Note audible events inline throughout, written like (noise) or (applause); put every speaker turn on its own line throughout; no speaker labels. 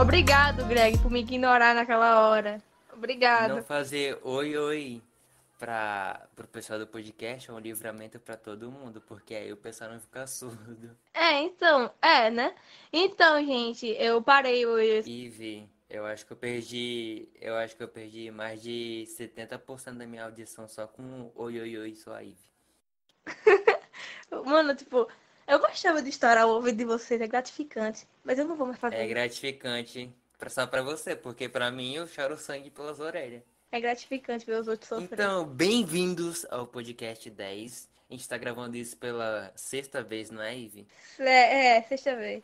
Obrigado, Greg, por me ignorar naquela hora.
Não
Obrigado.
fazer oi, oi para o pessoal do podcast é um livramento para todo mundo, porque aí o pessoal não fica surdo.
É, então, é, né? Então, gente, eu parei hoje.
Ive, eu acho que eu perdi, eu acho que eu perdi mais de 70% da minha audição só com oi, oi, oi, só Ive.
Mano, tipo, eu gostava de estourar o ouvido de vocês, é gratificante. Mas eu não vou mais fazer.
É gratificante pra- só para você, porque para mim eu choro sangue pelas orelhas.
É gratificante ver os outros sofrendo.
Então, bem-vindos ao podcast 10. A gente tá gravando isso pela sexta vez, não é, Ive?
É, é, sexta vez.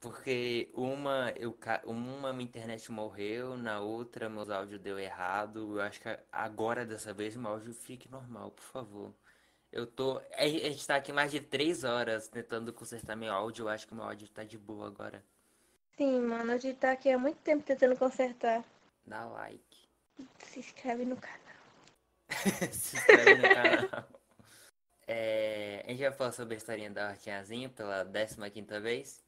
Porque uma, eu, ca- uma minha internet morreu, na outra meus áudios deu errado. Eu acho que a- agora, dessa vez, meu áudio fique normal, por favor. Eu tô. A a gente tá aqui mais de três horas tentando consertar meu áudio. Eu acho que meu áudio tá de boa agora.
Sim, mano, a gente tá aqui há muito tempo tentando consertar.
Dá like. (laughs)
Se inscreve no canal.
Se inscreve no canal. É, a gente vai falar sobre a historinha da Hortinhazinha pela 15 quinta vez.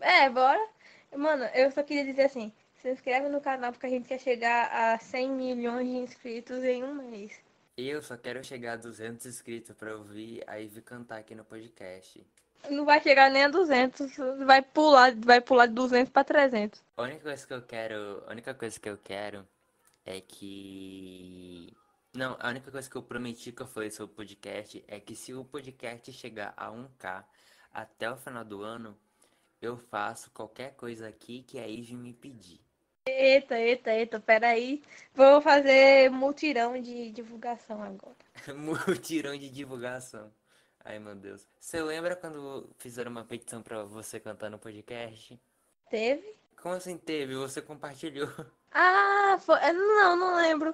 É, bora. Mano, eu só queria dizer assim, se inscreve no canal porque a gente quer chegar a 100 milhões de inscritos em um mês.
E eu só quero chegar a 200 inscritos pra ouvir a Ivy cantar aqui no podcast.
Não vai chegar nem a 200, vai pular, vai pular de 200 pra 300.
A única coisa que eu quero, a única coisa que eu quero é que não, a única coisa que eu prometi que eu falei sobre o podcast é que se o podcast chegar a 1k até o final do ano, eu faço qualquer coisa aqui que a Ivy me pedir. (laughs)
Eita, eita, eita, peraí. Vou fazer multirão de divulgação agora.
Um Mutirão de divulgação. Ai, meu Deus. Você lembra quando fizeram uma petição pra você cantar no podcast?
Teve?
Como assim teve? Você compartilhou. (laughs)
Ah, foi... é, não, não lembro.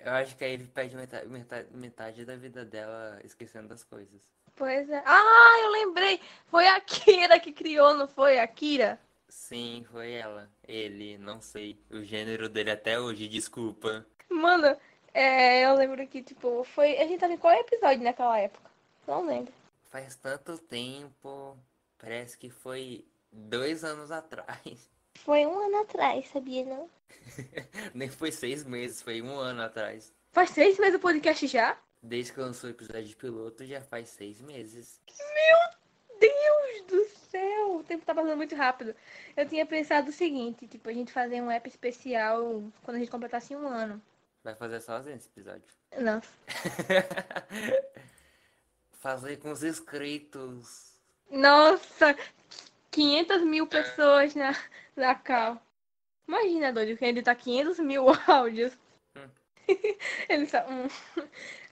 Eu acho que a Ivy perde metade, metade da vida dela esquecendo das coisas.
Pois é. Ah, eu lembrei. Foi a Kira que criou, não foi? A Kira?
Sim, foi ela. Ele, não sei. O gênero dele até hoje, desculpa.
Mano, é, eu lembro que, tipo, foi. A gente tava em qual episódio naquela época? Não lembro.
Faz tanto tempo. Parece que foi dois anos (laughs) atrás.
Foi um ano atrás, sabia, não?
Nem foi seis meses, foi um ano atrás.
Faz seis meses o podcast já?
Desde que lançou o episódio de piloto, já faz seis meses.
Deus do céu, o tempo tá passando muito rápido. Eu tinha pensado o seguinte, tipo, a gente fazer um app especial quando a gente completasse um ano.
Vai fazer sozinho esse episódio. (laughs)
Não.
fazer com os inscritos.
Nossa, 500 mil pessoas na, na cal. Imagina, doido, que editar 500 mil (laughs) áudios.
Hum.
Ele só. hum.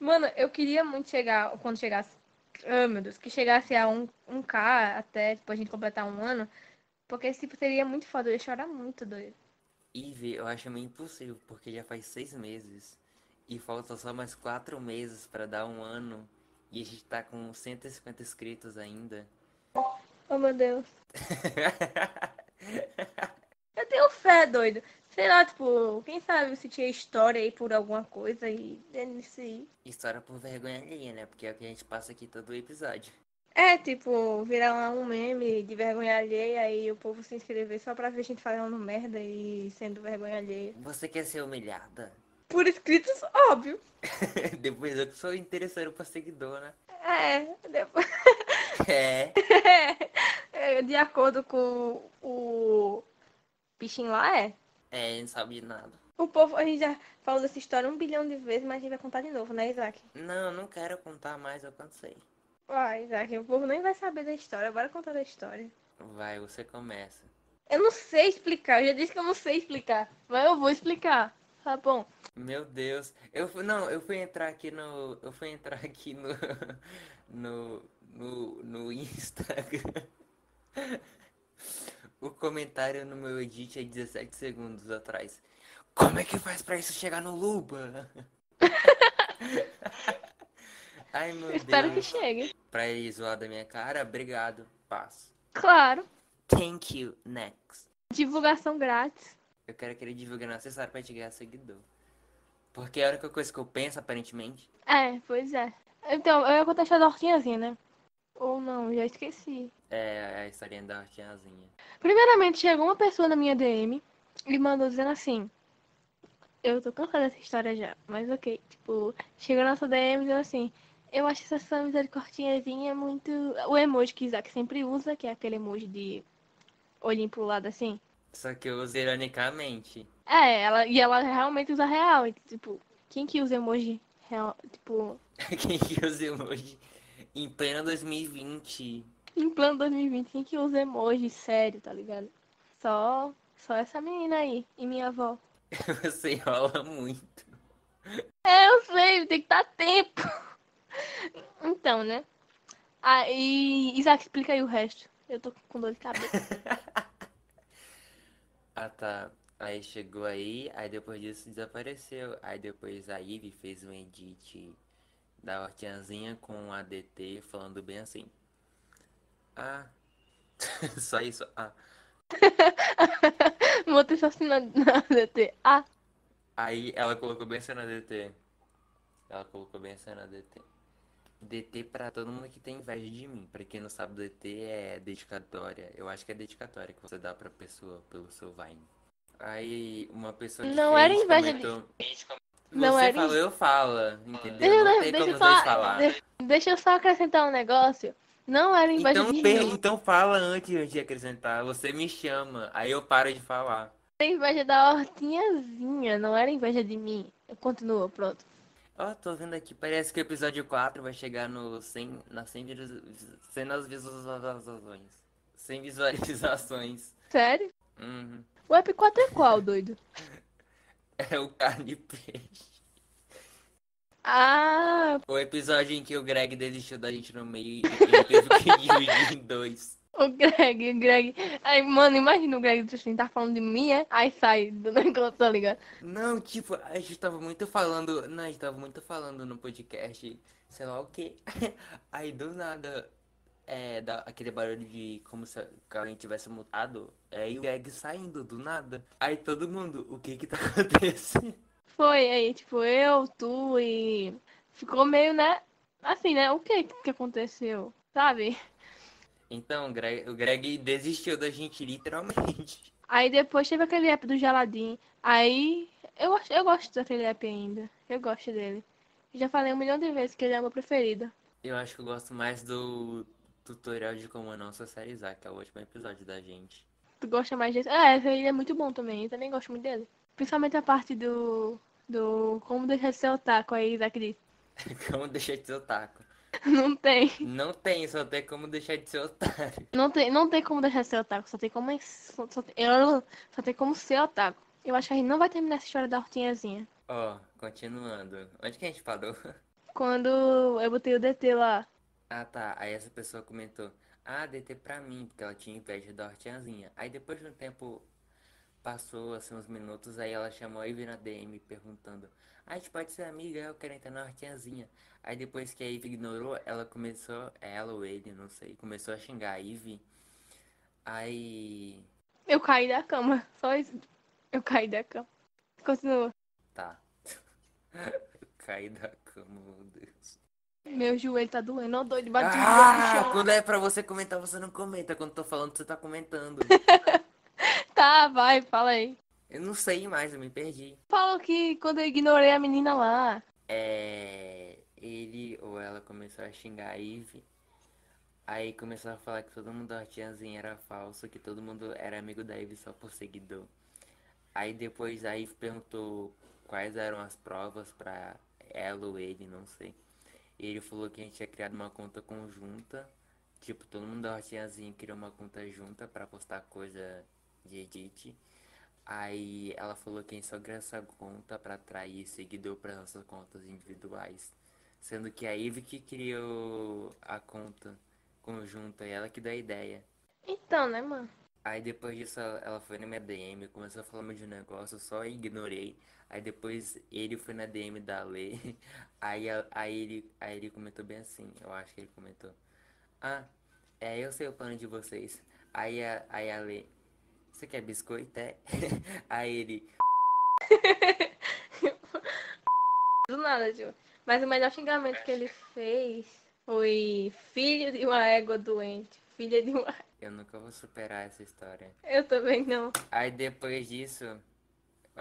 Mano, eu queria muito chegar, quando chegasse. Ah, meu Deus, que chegasse a 1, 1K até, tipo, a gente completar um ano. Porque esse tipo seria muito foda, eu ia chorar muito, doido.
Ivy, eu acho meio impossível, porque já faz seis meses e falta só mais quatro meses pra dar um ano e a gente tá com 150 inscritos ainda.
Oh, meu Deus. Eu tenho É fé, doido. Sei lá, tipo, quem sabe se tinha história aí por alguma coisa e. dane-se.
História por vergonha alheia, né? Porque é o que a gente passa aqui todo episódio.
É, tipo, virar lá um meme de vergonha alheia e o povo se inscrever só pra ver a gente falando merda e sendo vergonha alheia.
Você quer ser humilhada?
Por escritos, óbvio.
Depois eu que sou interesseiro pra seguidor, né?
É, de-
É.
é, de acordo com o bichinho lá, é.
É, não sabe de nada.
O povo, a gente já falou dessa história um bilhão de vezes, mas a gente vai contar de novo, né, Isaac?
Não, não quero contar mais, eu cansei.
Ah, Isaac, o povo nem vai saber da história, bora contar da história.
Vai, você começa.
Eu não sei explicar, eu já disse que eu não sei explicar, mas eu vou explicar. Tá bom.
Meu Deus, eu fui, não, eu fui entrar aqui no, eu fui entrar aqui no, (laughs) no, no, no Instagram. O comentário no meu edit é 17 segundos atrás. Como é que faz pra isso chegar
(laughs)
no Luba? Ai, meu
Eu espero que
Deus.
chegue.
Pra ele zoar da minha cara, obrigado. Passo.
Claro,
Thank you, next.
divulgação grátis.
Eu quero que ele divulgue na sexta pra gente ganhar seguidor. Porque é a única coisa que eu penso, aparentemente.
É, pois é. Então, eu ia contar a história da hortinhazinha, né? Ou não, já esqueci.
É a historinha da Hortinhazinha.
Primeiramente, chegou uma pessoa na minha DM e mandou dizendo assim. Eu tô cansada dessa história já, mas ok. Tipo, chegou na sua DM dizendo assim. Eu acho essa sua misericordiazinha muito. O emoji que Isaac sempre usa, que é aquele emoji de olhinho pro lado assim.
Só que eu uso ironicamente. (laughs)
É, ela, e ela realmente usa real. e, Tipo, quem que usa emoji real? Tipo,
Quem que usa emoji em pleno 2020?
em plano 2020, quem que usa emoji sério, tá ligado? Só, só essa menina aí e minha avó.
(laughs) Você enrola muito.
Eu sei, tem que dar tempo. (laughs) Então, né? Aí, Isaac, explica aí o resto. Eu tô com dor de cabeça. (laughs)
Ah, tá. Aí chegou aí, aí depois disso desapareceu. Aí depois a Ivy fez um edit da Hortinhazinha com um ADT falando bem assim. Ah, (laughs) só isso. Ah.
Vou ter só assinado na DT. Ah,
Aí ela colocou bem assim na DT. Ela colocou bem assim na DT. DT pra todo mundo que tem inveja de mim. Pra quem não sabe, DT é dedicatória. Eu acho que é dedicatória que você dá pra pessoa pelo seu Vine. Aí uma pessoa que
Não era
fez
inveja de-
comentou...
Não
Você
era
fala,
inveja.
eu fala, entendeu?
deixa, eu-
não tem
deixa
como
eu
vocês
só,
falar.
de- deixa eu só acrescentar um negócio. Não era embaixo
Então,
de
per-
mim.
então fala antes de acrescentar. Você me chama, aí eu paro de falar.
Era inveja da hortinhazinha, não era inveja de mim. Continua, pronto.
Ó, tô vendo aqui, parece que o episódio 4 vai chegar no 100, nas 100, visualiza- 100 nas visualizações. 100 visualizações.
Sério?
Uhum. (laughs)
O Ep 4 é qual, doido?
É o carne e peixe.
Ah,
O episódio em que o Greg desistiu da gente no meio e ele teve que dividir em dois.
o Greg, o Greg. Aí, mano, imagina o Greg do Justin tá falando de mim, é? Aí sai do (laughs) negócio, tá ligado?
Não, tipo, a gente tava muito falando. Não, a gente tava muito falando no podcast, sei lá o quê. (laughs) Aí do nada, é, dá aquele barulho de como se alguém tivesse mutado. Aí o Greg saindo do nada. Aí todo mundo, o que que tá (laughs) acontecendo?
Foi aí, tipo, eu, tu e. Ficou meio, né? Assim, né? O que que aconteceu? Sabe?
Então, o Greg, o Greg desistiu da gente, literalmente.
Aí depois teve aquele app do Geladim. Aí eu, ach- eu gosto daquele app ainda. Eu gosto dele. Já falei um milhão de vezes que ele é o meu preferido.
Eu acho que eu gosto mais do tutorial de como não socializar, que é o último episódio da gente. (laughs)
Tu gosta mais desse? É, esse aí é muito bom também. Eu também gosto muito dele. Principalmente a parte do. do como deixar de ser otaku aí, Isaac diz.
Como deixar de ser otaku.
(laughs) Não tem.
Não tem, só tem como deixar de ser otaku.
Não tem, não tem como deixar de ser otaku. Só tem como. Só, só, tem- só tem como ser otaku. Eu acho que a gente não vai terminar essa história da hortinhazinha.
Ó, continuando. Onde que a gente parou?
Quando eu botei o DT lá.
(laughs) Ah, tá. Aí essa pessoa comentou: Ah, DT pra mim, porque ela tinha inveja da hortinhazinha. Aí depois de um tempo, passou assim uns minutos, aí ela chamou a Ivy na DM perguntando: Ah, a gente pode ser amiga, eu quero entrar na hortinhazinha. Aí depois que a Ivy ignorou, ela começou, ela ou ele, não sei, começou a xingar a Ivy. Aí.
Eu caí da cama. (laughs) Só isso. Eu caí da cama. Continua.
Tá. (laughs) Eu caí da cama, meu Deus.
Meu joelho tá doendo, ó, doido, bati no
Ah,
chão.
quando é pra você comentar, você não comenta. Quando tô falando, você
(laughs)
tá comentando.
Tá, vai, fala aí.
Eu não sei mais, eu me perdi.
Falou que quando eu ignorei a menina lá.
É, ele ou ela começou a xingar a Ivy. Aí começou a falar que todo mundo da Tianzinha era falso, que todo mundo era amigo da Ivy só por seguidor. Aí depois a Ivy perguntou quais eram as provas pra ela ou ele, não sei. E ele falou que a gente tinha criado uma conta conjunta. Tipo, todo mundo da Hortinhazinha criou uma conta junta pra postar coisa de edit. Aí ela falou que a gente só criou essa conta pra atrair seguidor para nossas contas individuais. Sendo que a Ivy que criou a conta conjunta e ela que dá a ideia.
Então, né, mano?
Aí depois disso ela ela foi na minha DM, começou a falar de um negócio, eu só ignorei. Aí depois ele foi na DM da Lê. (laughs) Aí, a- aí, ele, aí ele comentou bem assim, eu acho que ele comentou. Ah, é, eu sei o plano de vocês. Aí a, aí a Lê, você quer biscoito, é? (laughs) Aí ele,
Do nada, tipo. Mas o melhor xingamento que ele fez Fui filho de uma égua doente. Filha de uma. (laughs)
Eu nunca vou superar essa história.
Eu também não.
Aí depois disso, eu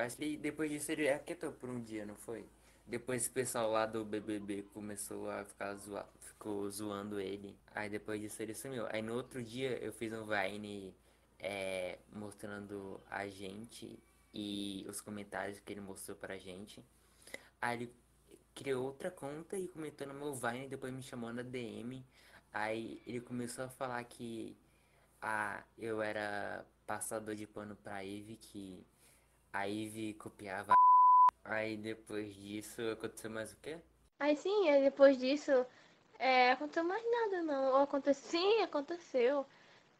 acho que depois disso ele aquietou por um dia, não foi? Depois o pessoal lá do BBB começou a ficar zoa... ficou zoando ele. Aí depois disso ele sumiu. Aí no outro dia eu fiz um Vine é, mostrando a gente e os comentários que ele mostrou pra gente. Aí ele criou outra conta e comentou no meu Vine, depois me chamou na DM. Aí ele começou a falar que ah, eu era passador de pano pra Eve, que a Eve copiava. a Aí depois disso aconteceu mais o quê?
Aí sim, aí depois disso, é, aconteceu mais nada, não. Ou aconteceu. Sim, aconteceu.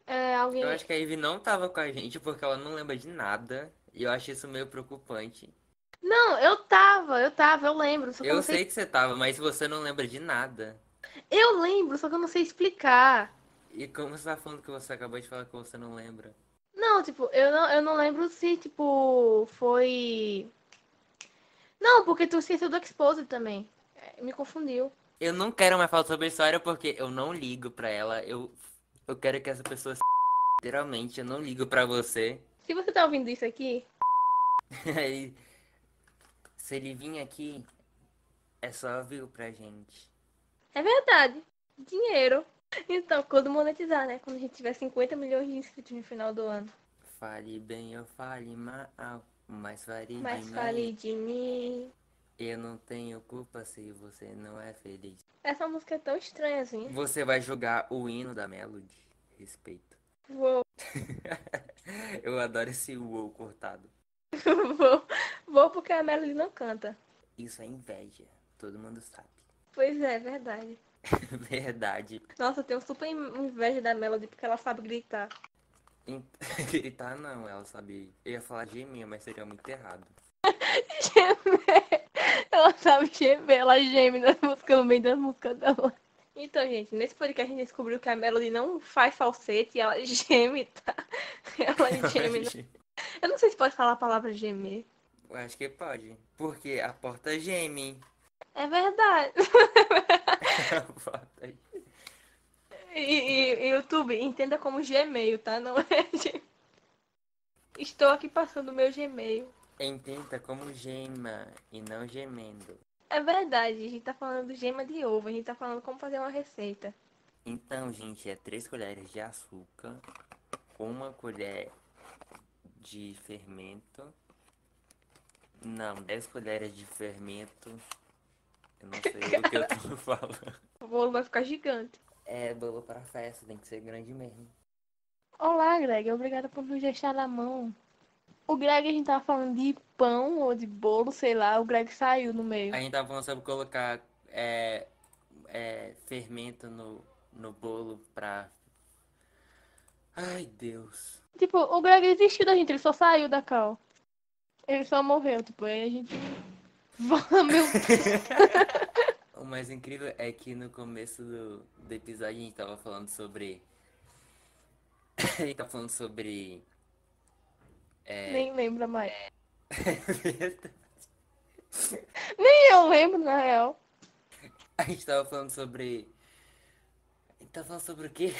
É, alguém.
Eu acho que a Eve não tava com a gente porque ela não lembra de nada. E eu acho isso meio preocupante.
Não, eu tava, eu tava, eu lembro. Só que eu,
Eu
não sei...
sei que você tava, mas você não lembra de nada.
eu lembro, só que eu não sei explicar.
E como você tá falando que você acabou de falar que você não lembra?
Não, tipo, eu não, eu não lembro se, tipo, foi. Não, porque tu esqueceu do Exposed também. É, Me confundiu.
Eu não quero mais falar sobre a história porque eu não ligo pra ela. Eu, eu quero que essa pessoa se... (laughs) Literalmente, eu não ligo pra você.
Se você tá ouvindo isso aqui,
(laughs) Aí, se ele vir aqui, é só vir pra gente.
é verdade. Dinheiro. Então, quando monetizar, né? Quando a gente tiver 50 milhões de inscritos no final do ano.
Fale bem ou fale mal, mas fale
Mas
de
fale
mim.
de mim.
Eu não tenho culpa se você não é feliz.
Essa música é tão estranha, assim. (laughs)
Você vai jogar o hino da Melody? Respeito.
Vou,
(laughs) Eu adoro esse uou cortado.
vou, vou porque a Melody não canta.
Isso é inveja. Todo mundo sabe. (laughs)
Pois é, é verdade.
Verdade.
Nossa, eu tenho super inveja da Melody porque ela sabe gritar. (laughs)
Em- (laughs) Gritar não, ela sabe. Eu ia falar geminha, mas seria muito errado.
gemer. Ela sabe gemer, ela geme nas músicas no meio das músicas dela. Então, gente, nesse podcast a gente descobriu que a Melody não faz falsete e ela (laughs) geme, tá?
(laughs)
Ela geme. não- Eu não sei se pode falar a palavra gemer.
Eu acho que pode. Porque a porta geme.
É verdade.
(laughs) A porta...
E, e- e YouTube, entenda como Gmail, tá? Não é (laughs) Gmail. Estou aqui passando o meu Gmail.
Entenda como gema e não gemendo.
É verdade, a gente tá falando de gema de ovo, a gente tá falando como fazer uma receita.
Então, gente, é três colheres de açúcar, uma colher de fermento. Não, 10 colheres de fermento. Eu não sei o que eu tô (laughs) falando.
O bolo vai ficar gigante.
É, bolo pra festa, tem que ser grande mesmo.
Olá, Greg. Obrigada por nos deixar na mão. O Greg, a gente tava falando de pão ou de bolo, sei lá. O Greg saiu no meio.
A gente tava falando sobre colocar é, é, fermento no, no bolo pra. Ai, Deus.
Tipo, o Greg desistiu da gente, ele só saiu da cal. Ele só morreu, tipo, aí a gente. (laughs) Vá, Meu
O mais incrível é que no começo do, do episódio a gente tava falando sobre. (coughs) a gente tava falando sobre. (laughs)
nem lembra mais.
a
Nem eu lembro, na real.
gente tava falando sobre. A gente tava falando sobre o quê?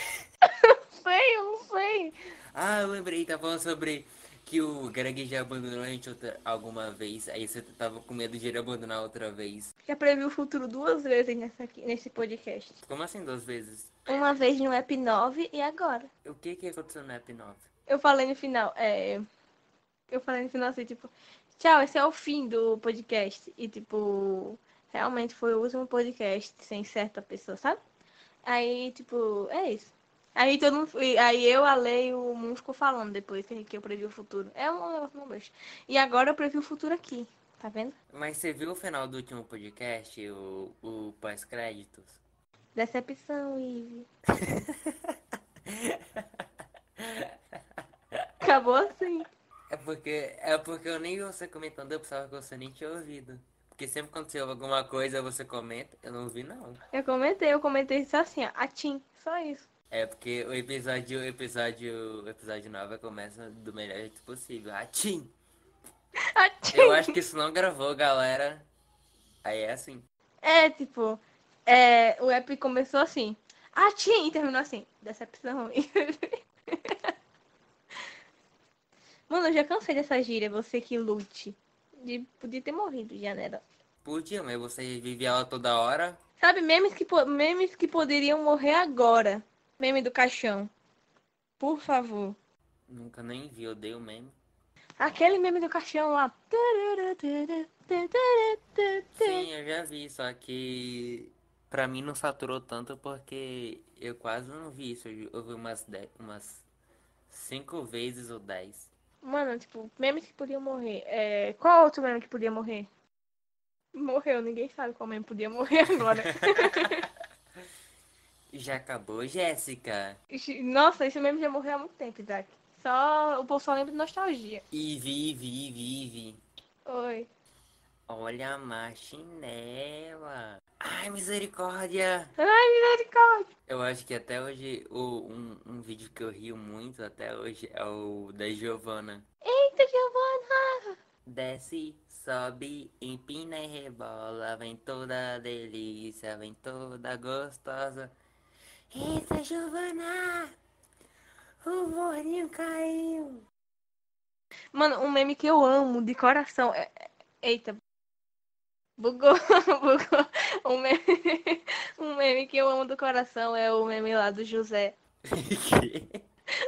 Sei, eu não sei.
Ah, eu lembrei, tava falando sobre que o Greg já abandonou a gente outra, alguma vez, aí você tava com medo de ele abandonar outra vez.
Já previu o futuro duas vezes nessa aqui- nesse podcast.
Como assim duas vezes?
Uma vez no App 9 e agora.
O que que aconteceu no App 9?
Eu falei no final, é. Eu falei no final assim, tipo, tchau, esse é o fim do podcast. E, tipo, realmente foi o último podcast sem certa pessoa, sabe? Aí, tipo, é isso. Aí todo mundo, e aí eu, a Lei e o mundo ficou falando depois que que eu previ o futuro. É um negócio não beijo. E agora eu previ o futuro aqui, tá vendo?
Mas você viu o final do último podcast, o, o pós-créditos?
Decepção, Ive. Acabou assim.
É porque, é porque eu nem vi você comentando, eu pensava que você nem tinha ouvido. Porque sempre quando você ouve alguma coisa, você comenta, eu não ouvi não.
Eu comentei, eu comentei só assim, ó, atim, só isso.
É porque o episódio, o episódio, o episódio 9 começa do melhor jeito possível. Ah, Atim!
Atim.
Eu acho que isso não gravou, galera. Aí é assim.
É, tipo, É, o app começou assim. Ah, tinha, e terminou assim. Decepção. (laughs) Mano, eu já cansei dessa gíria, você que lute. De, podia ter morrido já, né?
Podia, mas você vive ela toda hora.
Sabe, memes que, po- memes que poderiam morrer agora. Meme do caixão. Por favor.
Nunca nem vi, odeio mesmo.
Aquele meme do caixão lá. Tarara, tarara, tarara, tarara.
Sim, eu já vi, só que pra mim não saturou tanto porque eu quase não vi isso. Eu eu vi umas, de... umas cinco vezes ou dez.
Mano, tipo, memes que podiam morrer. É, Qual outro meme que podia morrer? Morreu, ninguém sabe qual meme podia morrer agora.
Já acabou, Jéssica?
Ixi, Nossa, esse meme já morreu há muito tempo, Isaac. Só o povo só lembra de nostalgia.
Ive, Ive, Ive, Ive.
Oi.
Olha a machinela. Ai, misericórdia!
Misericórdia.
Eu acho que até hoje o, um, um vídeo que eu rio muito até hoje é o da Giovana.
Eita, Giovana.
Desce, sobe, empina e rebola, vem toda delícia, vem toda gostosa. Eita, Giovana! O morrinho caiu!
Mano, um meme que eu amo de coração. É... é- Eita. Bugou, (laughs) bugou. Um meme... (laughs) um meme que eu amo do coração é o meme lá do José.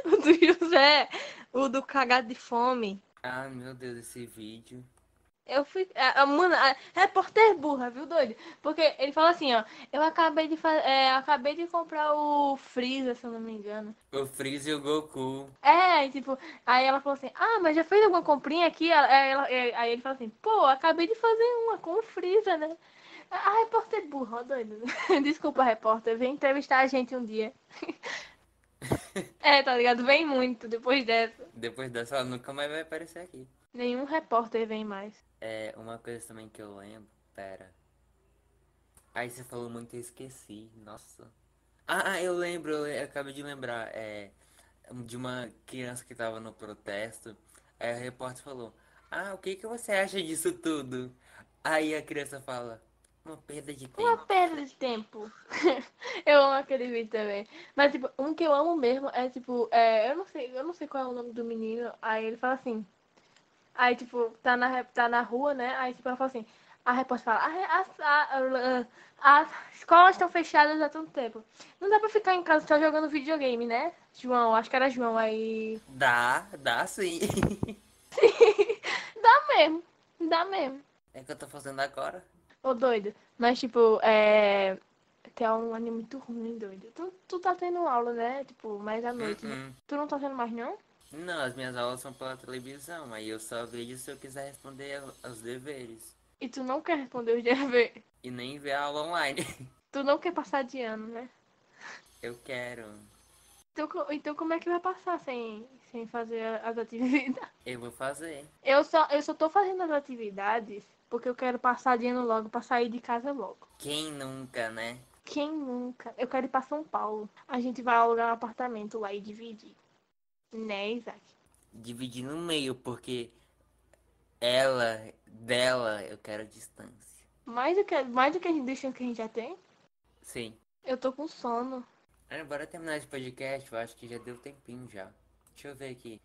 O do (laughs) José. é. O do cagado de fome.
ah, meu Deus, esse vídeo.
Eu fui. A, a, mano, a repórter burra, viu, doido? Porque ele fala assim, ó. Eu acabei de fa... é, acabei de comprar o Freeza, se eu não me engano.
O Freeza e o Goku.
É, tipo, aí ela falou assim, ah, mas já fez alguma comprinha aqui? Ela- Aí, ela- é, aí ele falou assim, pô, acabei de fazer uma com o Freeza, né? A a repórter burra, ó, doido. (laughs) Desculpa, repórter, vem entrevistar a gente um dia. É, tá ligado? Vem muito depois dessa.
Depois dessa, ela nunca mais vai aparecer aqui.
Nenhum repórter vem mais.
É, uma coisa também que eu lembro, pera. Aí você falou muito e eu esqueci, nossa. Ah, ah, eu lembro, eu, le- eu acabei de lembrar, é, de uma criança que tava no protesto, aí a repórter falou, ah, o que que você acha disso tudo? Aí a criança fala, uma perda de
Uma
tempo.
perda de tempo. (laughs) eu amo aquele vídeo também. Mas, tipo, um que eu amo mesmo é, tipo, é, eu não sei, eu não sei qual é o nome do menino. Aí ele fala assim. Aí, tipo, tá na, re- tá na rua, né? Aí, tipo, ela fala assim. A repórter fala, "Ah, as, a- a- as escolas estão fechadas há tanto tempo. Não dá pra ficar em casa só jogando videogame, né? João, acho que era João. Aí.
Dá, dá sim. (laughs)
Dá mesmo, dá mesmo.
É o que eu tô fazendo agora.
Ô, doido. Mas, tipo, é. Tem um anime muito ruim, doido. Tu, tu tá tendo aula, né? Tipo, mais à noite. né?
Hum, hum.
Tu não tá tendo mais, não?
Não, as minhas aulas são pela televisão, aí eu só vejo se eu quiser responder a- aos deveres.
E tu não quer responder os (laughs) deveres.
E nem ver a aula online.
Tu não quer passar de ano, né?
Eu quero.
Então, co- então como é que vai passar sem, sem fazer a- as atividades? (laughs)
Eu vou fazer.
Eu só, eu só tô fazendo as atividades porque eu quero passar de ano logo, pra sair de casa logo.
Quem nunca, né?
Quem nunca? Eu quero ir pra São Paulo. A gente vai alugar um apartamento lá e dividir. Né, Isaac?
Dividir no meio, porque ela, dela, eu quero a distância.
Mais do que, mais do que a gente deixa que a gente já tem,
Sim.
eu tô com sono. (laughs)
Ah, Bora terminar esse podcast, eu acho que já deu tempinho já. Deixa eu ver aqui.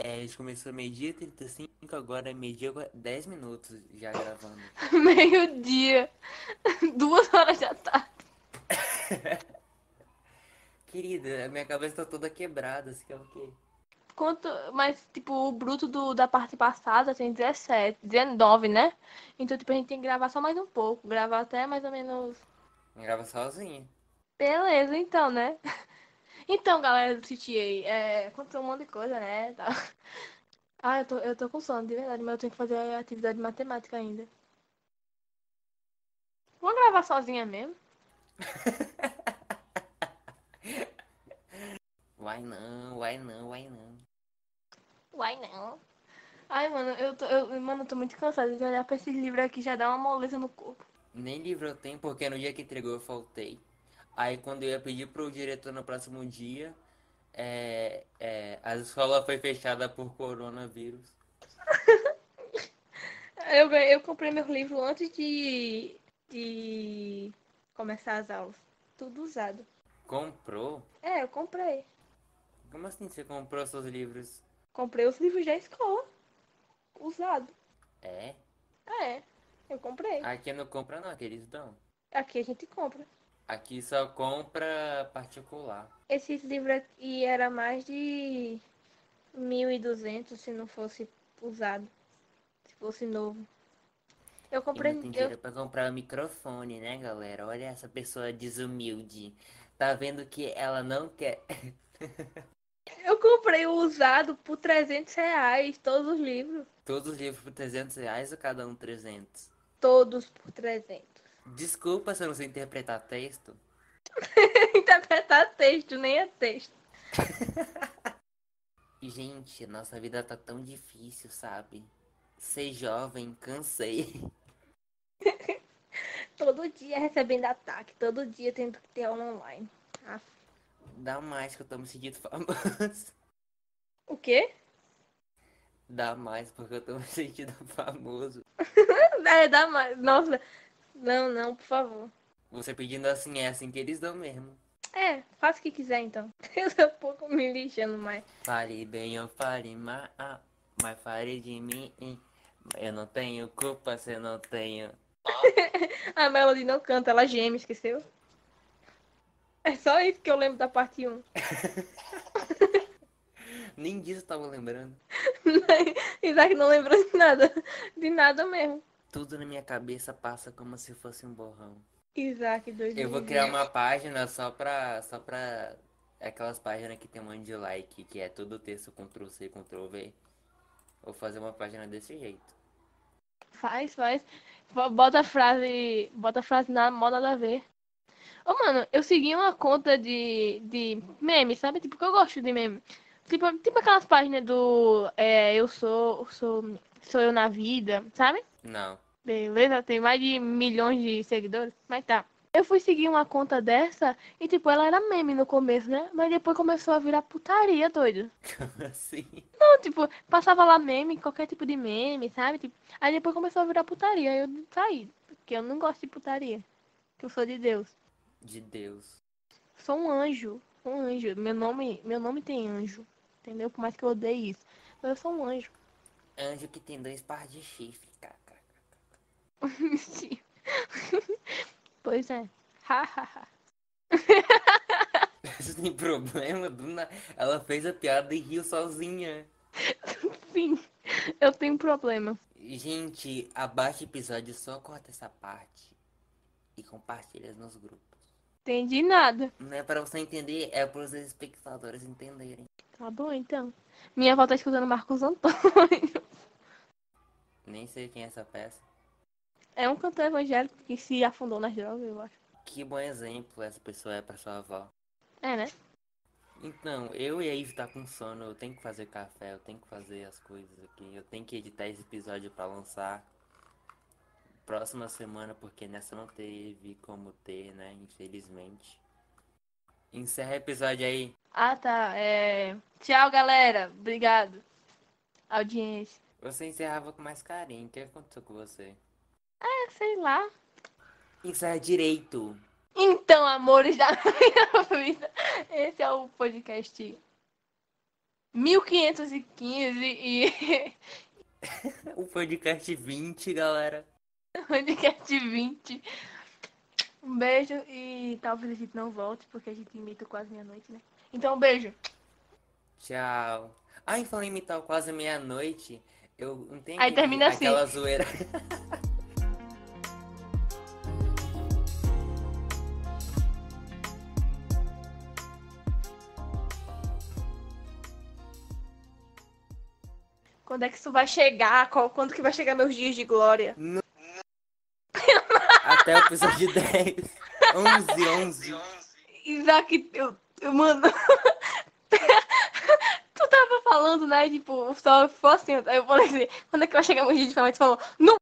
É, a gente começou meio-dia e 35, agora é meio-dia e 10 minutos já gravando.
Meio-dia. (laughs) Duas horas já tá.
Querida, a minha cabeça tá toda quebrada, você quer o quê?
Quanto, mas, tipo, o bruto do, da parte passada tem 17, 19, né? Então, tipo, a gente tem que gravar só mais um pouco. Gravar até mais ou menos.
Grava sozinha.
Beleza, então, né? (laughs) Então, galera do CTA, é, aconteceu um monte de coisa, né? Tá. (laughs) Ah, eu tô, eu tô com sono, de verdade, mas eu tenho que fazer a atividade de matemática ainda. Vou gravar sozinha mesmo?
Vai não, vai não, vai não.
Uai, não. Ai, mano, eu tô, eu, mano, eu tô muito cansada de olhar pra esses livros aqui, já dá uma moleza no corpo.
Nem livro eu tenho, porque no dia que entregou eu faltei. Aí quando eu ia pedir pro diretor no próximo dia, é, é, a escola foi fechada por coronavírus.
Eu, ganhei- eu comprei meu livro antes de, de começar as aulas. Tudo usado.
Comprou?
É, eu comprei.
Como assim você comprou seus livros?
Comprei os livros da escola. Usado.
É?
É, eu comprei.
Aqui não compra não, aqui eles dão.
Aqui a gente compra.
Aqui só compra particular.
Esse livro aqui era mais de 1.200 se não fosse usado. Se fosse novo. Eu comprei.
E não tem
eu-
dinheiro pra comprar o microfone, né, galera? Olha essa pessoa desumilde. Tá vendo que ela não quer. (laughs)
Eu comprei o usado por 300 reais, todos os livros.
Todos os livros por 300 reais ou cada um 300?
Todos por 300.
Desculpa se eu não sei interpretar texto.
(laughs) Interpretar texto, nem é texto.
E, Gente, nossa vida tá tão difícil, sabe? Ser jovem, cansei. (laughs)
Todo dia recebendo ataque, todo dia tendo que ter aula online. Ah,
Dá mais que eu tô me sentindo famoso. (laughs)
o quê?
Dá mais porque eu tô me sentindo famoso.
É, dá mais. Nossa. Não, não, por favor.
Você pedindo assim, é assim que eles dão mesmo.
É, faça o que quiser então. (laughs) Eu tô um pouco me lixando mais.
Fale bem ou fale mal, mas fale de mim. hein? Eu não tenho culpa se eu não tenho.
A Melody não canta, ela geme, esqueceu? É só isso que eu lembro da parte 1.
Nem disso eu tava lembrando.
(laughs) Isaac não lembrou de nada. De nada mesmo.
Tudo na minha cabeça passa como se fosse um borrão.
Isaac 2020.
Eu vou criar uma página só pra. só pra. Aquelas páginas que tem um monte de like, que é todo texto Ctrl C, Ctrl V. Vou fazer uma página desse jeito.
Faz, faz. Fo- Bota a frase. Bota a frase na moda da ver. Ô, mano, eu segui uma conta de, de meme, sabe? Tipo, que eu gosto de meme. Tipo, tipo aquelas páginas do é, Eu sou, sou. Sou eu na vida, sabe?
Não. (laughs)
Beleza, tem mais de milhões de seguidores, mas tá. Eu fui seguir uma conta dessa e, tipo, ela era meme no começo, né? Mas depois começou a virar putaria, doido.
Assim.
Então, tipo, passava lá meme, qualquer tipo de meme, sabe? Tipo, aí depois começou a virar putaria, aí eu saí, porque eu não gosto de putaria, que eu sou de Deus.
De Deus.
Sou um anjo, um anjo. Meu nome, meu nome tem anjo, entendeu? Por mais que eu odeie isso, mas eu sou um anjo. (laughs)
Anjo que tem dois par de chifre, (laughs) cara.
Sim. pois é. Hahaha.
Sem problema, do na- ela fez a piada e riu sozinha.
Sim, eu tenho um problema.
Gente, abaixo o episódio, só corta essa parte e compartilha nos grupos.
Entendi nada.
Não é pra você entender, é para os espectadores entenderem.
Tá bom, então. Minha avó tá escutando Marcos Antônio.
Nem sei quem é essa peça.
É um cantor evangélico que se afundou nas drogas, eu acho.
Que bom exemplo essa pessoa é pra sua avó.
É, né?
Então, eu e a Ivy tá com sono, eu tenho que fazer café, eu tenho que fazer as coisas aqui, eu tenho que editar esse episódio pra lançar próxima semana, porque nessa não teve como ter, né? Infelizmente. Encerra o episódio aí.
Ah, tá. É... Tchau, galera. Obrigado. Audiência.
Você encerrava com mais carinho, o que aconteceu com você?
Ah, sei lá.
Encerra direito.
Então, amores da (laughs) minha vida, esse é o podcast 1515 e (laughs)
O podcast 20, galera.
podcast 20. Um beijo e talvez a gente não volte, porque a gente imita o quase meia-noite, né? Então, um beijo.
Tchau. Ah, e falando em imitar o quase meia-noite, eu não tenho
Aí
aquele-
termina assim.
aquela zoeira.
Quando é que isso vai chegar? Qual- Quando que vai chegar meus dias de glória?
Até o episódio (laughs) 10. 11, 11.
Isaac, eu, eu mano. (laughs) tu tava falando, né? Tipo, só foi assim. Aí eu falei assim: quando é que vai chegar meu dia um de falar? Tu falou: não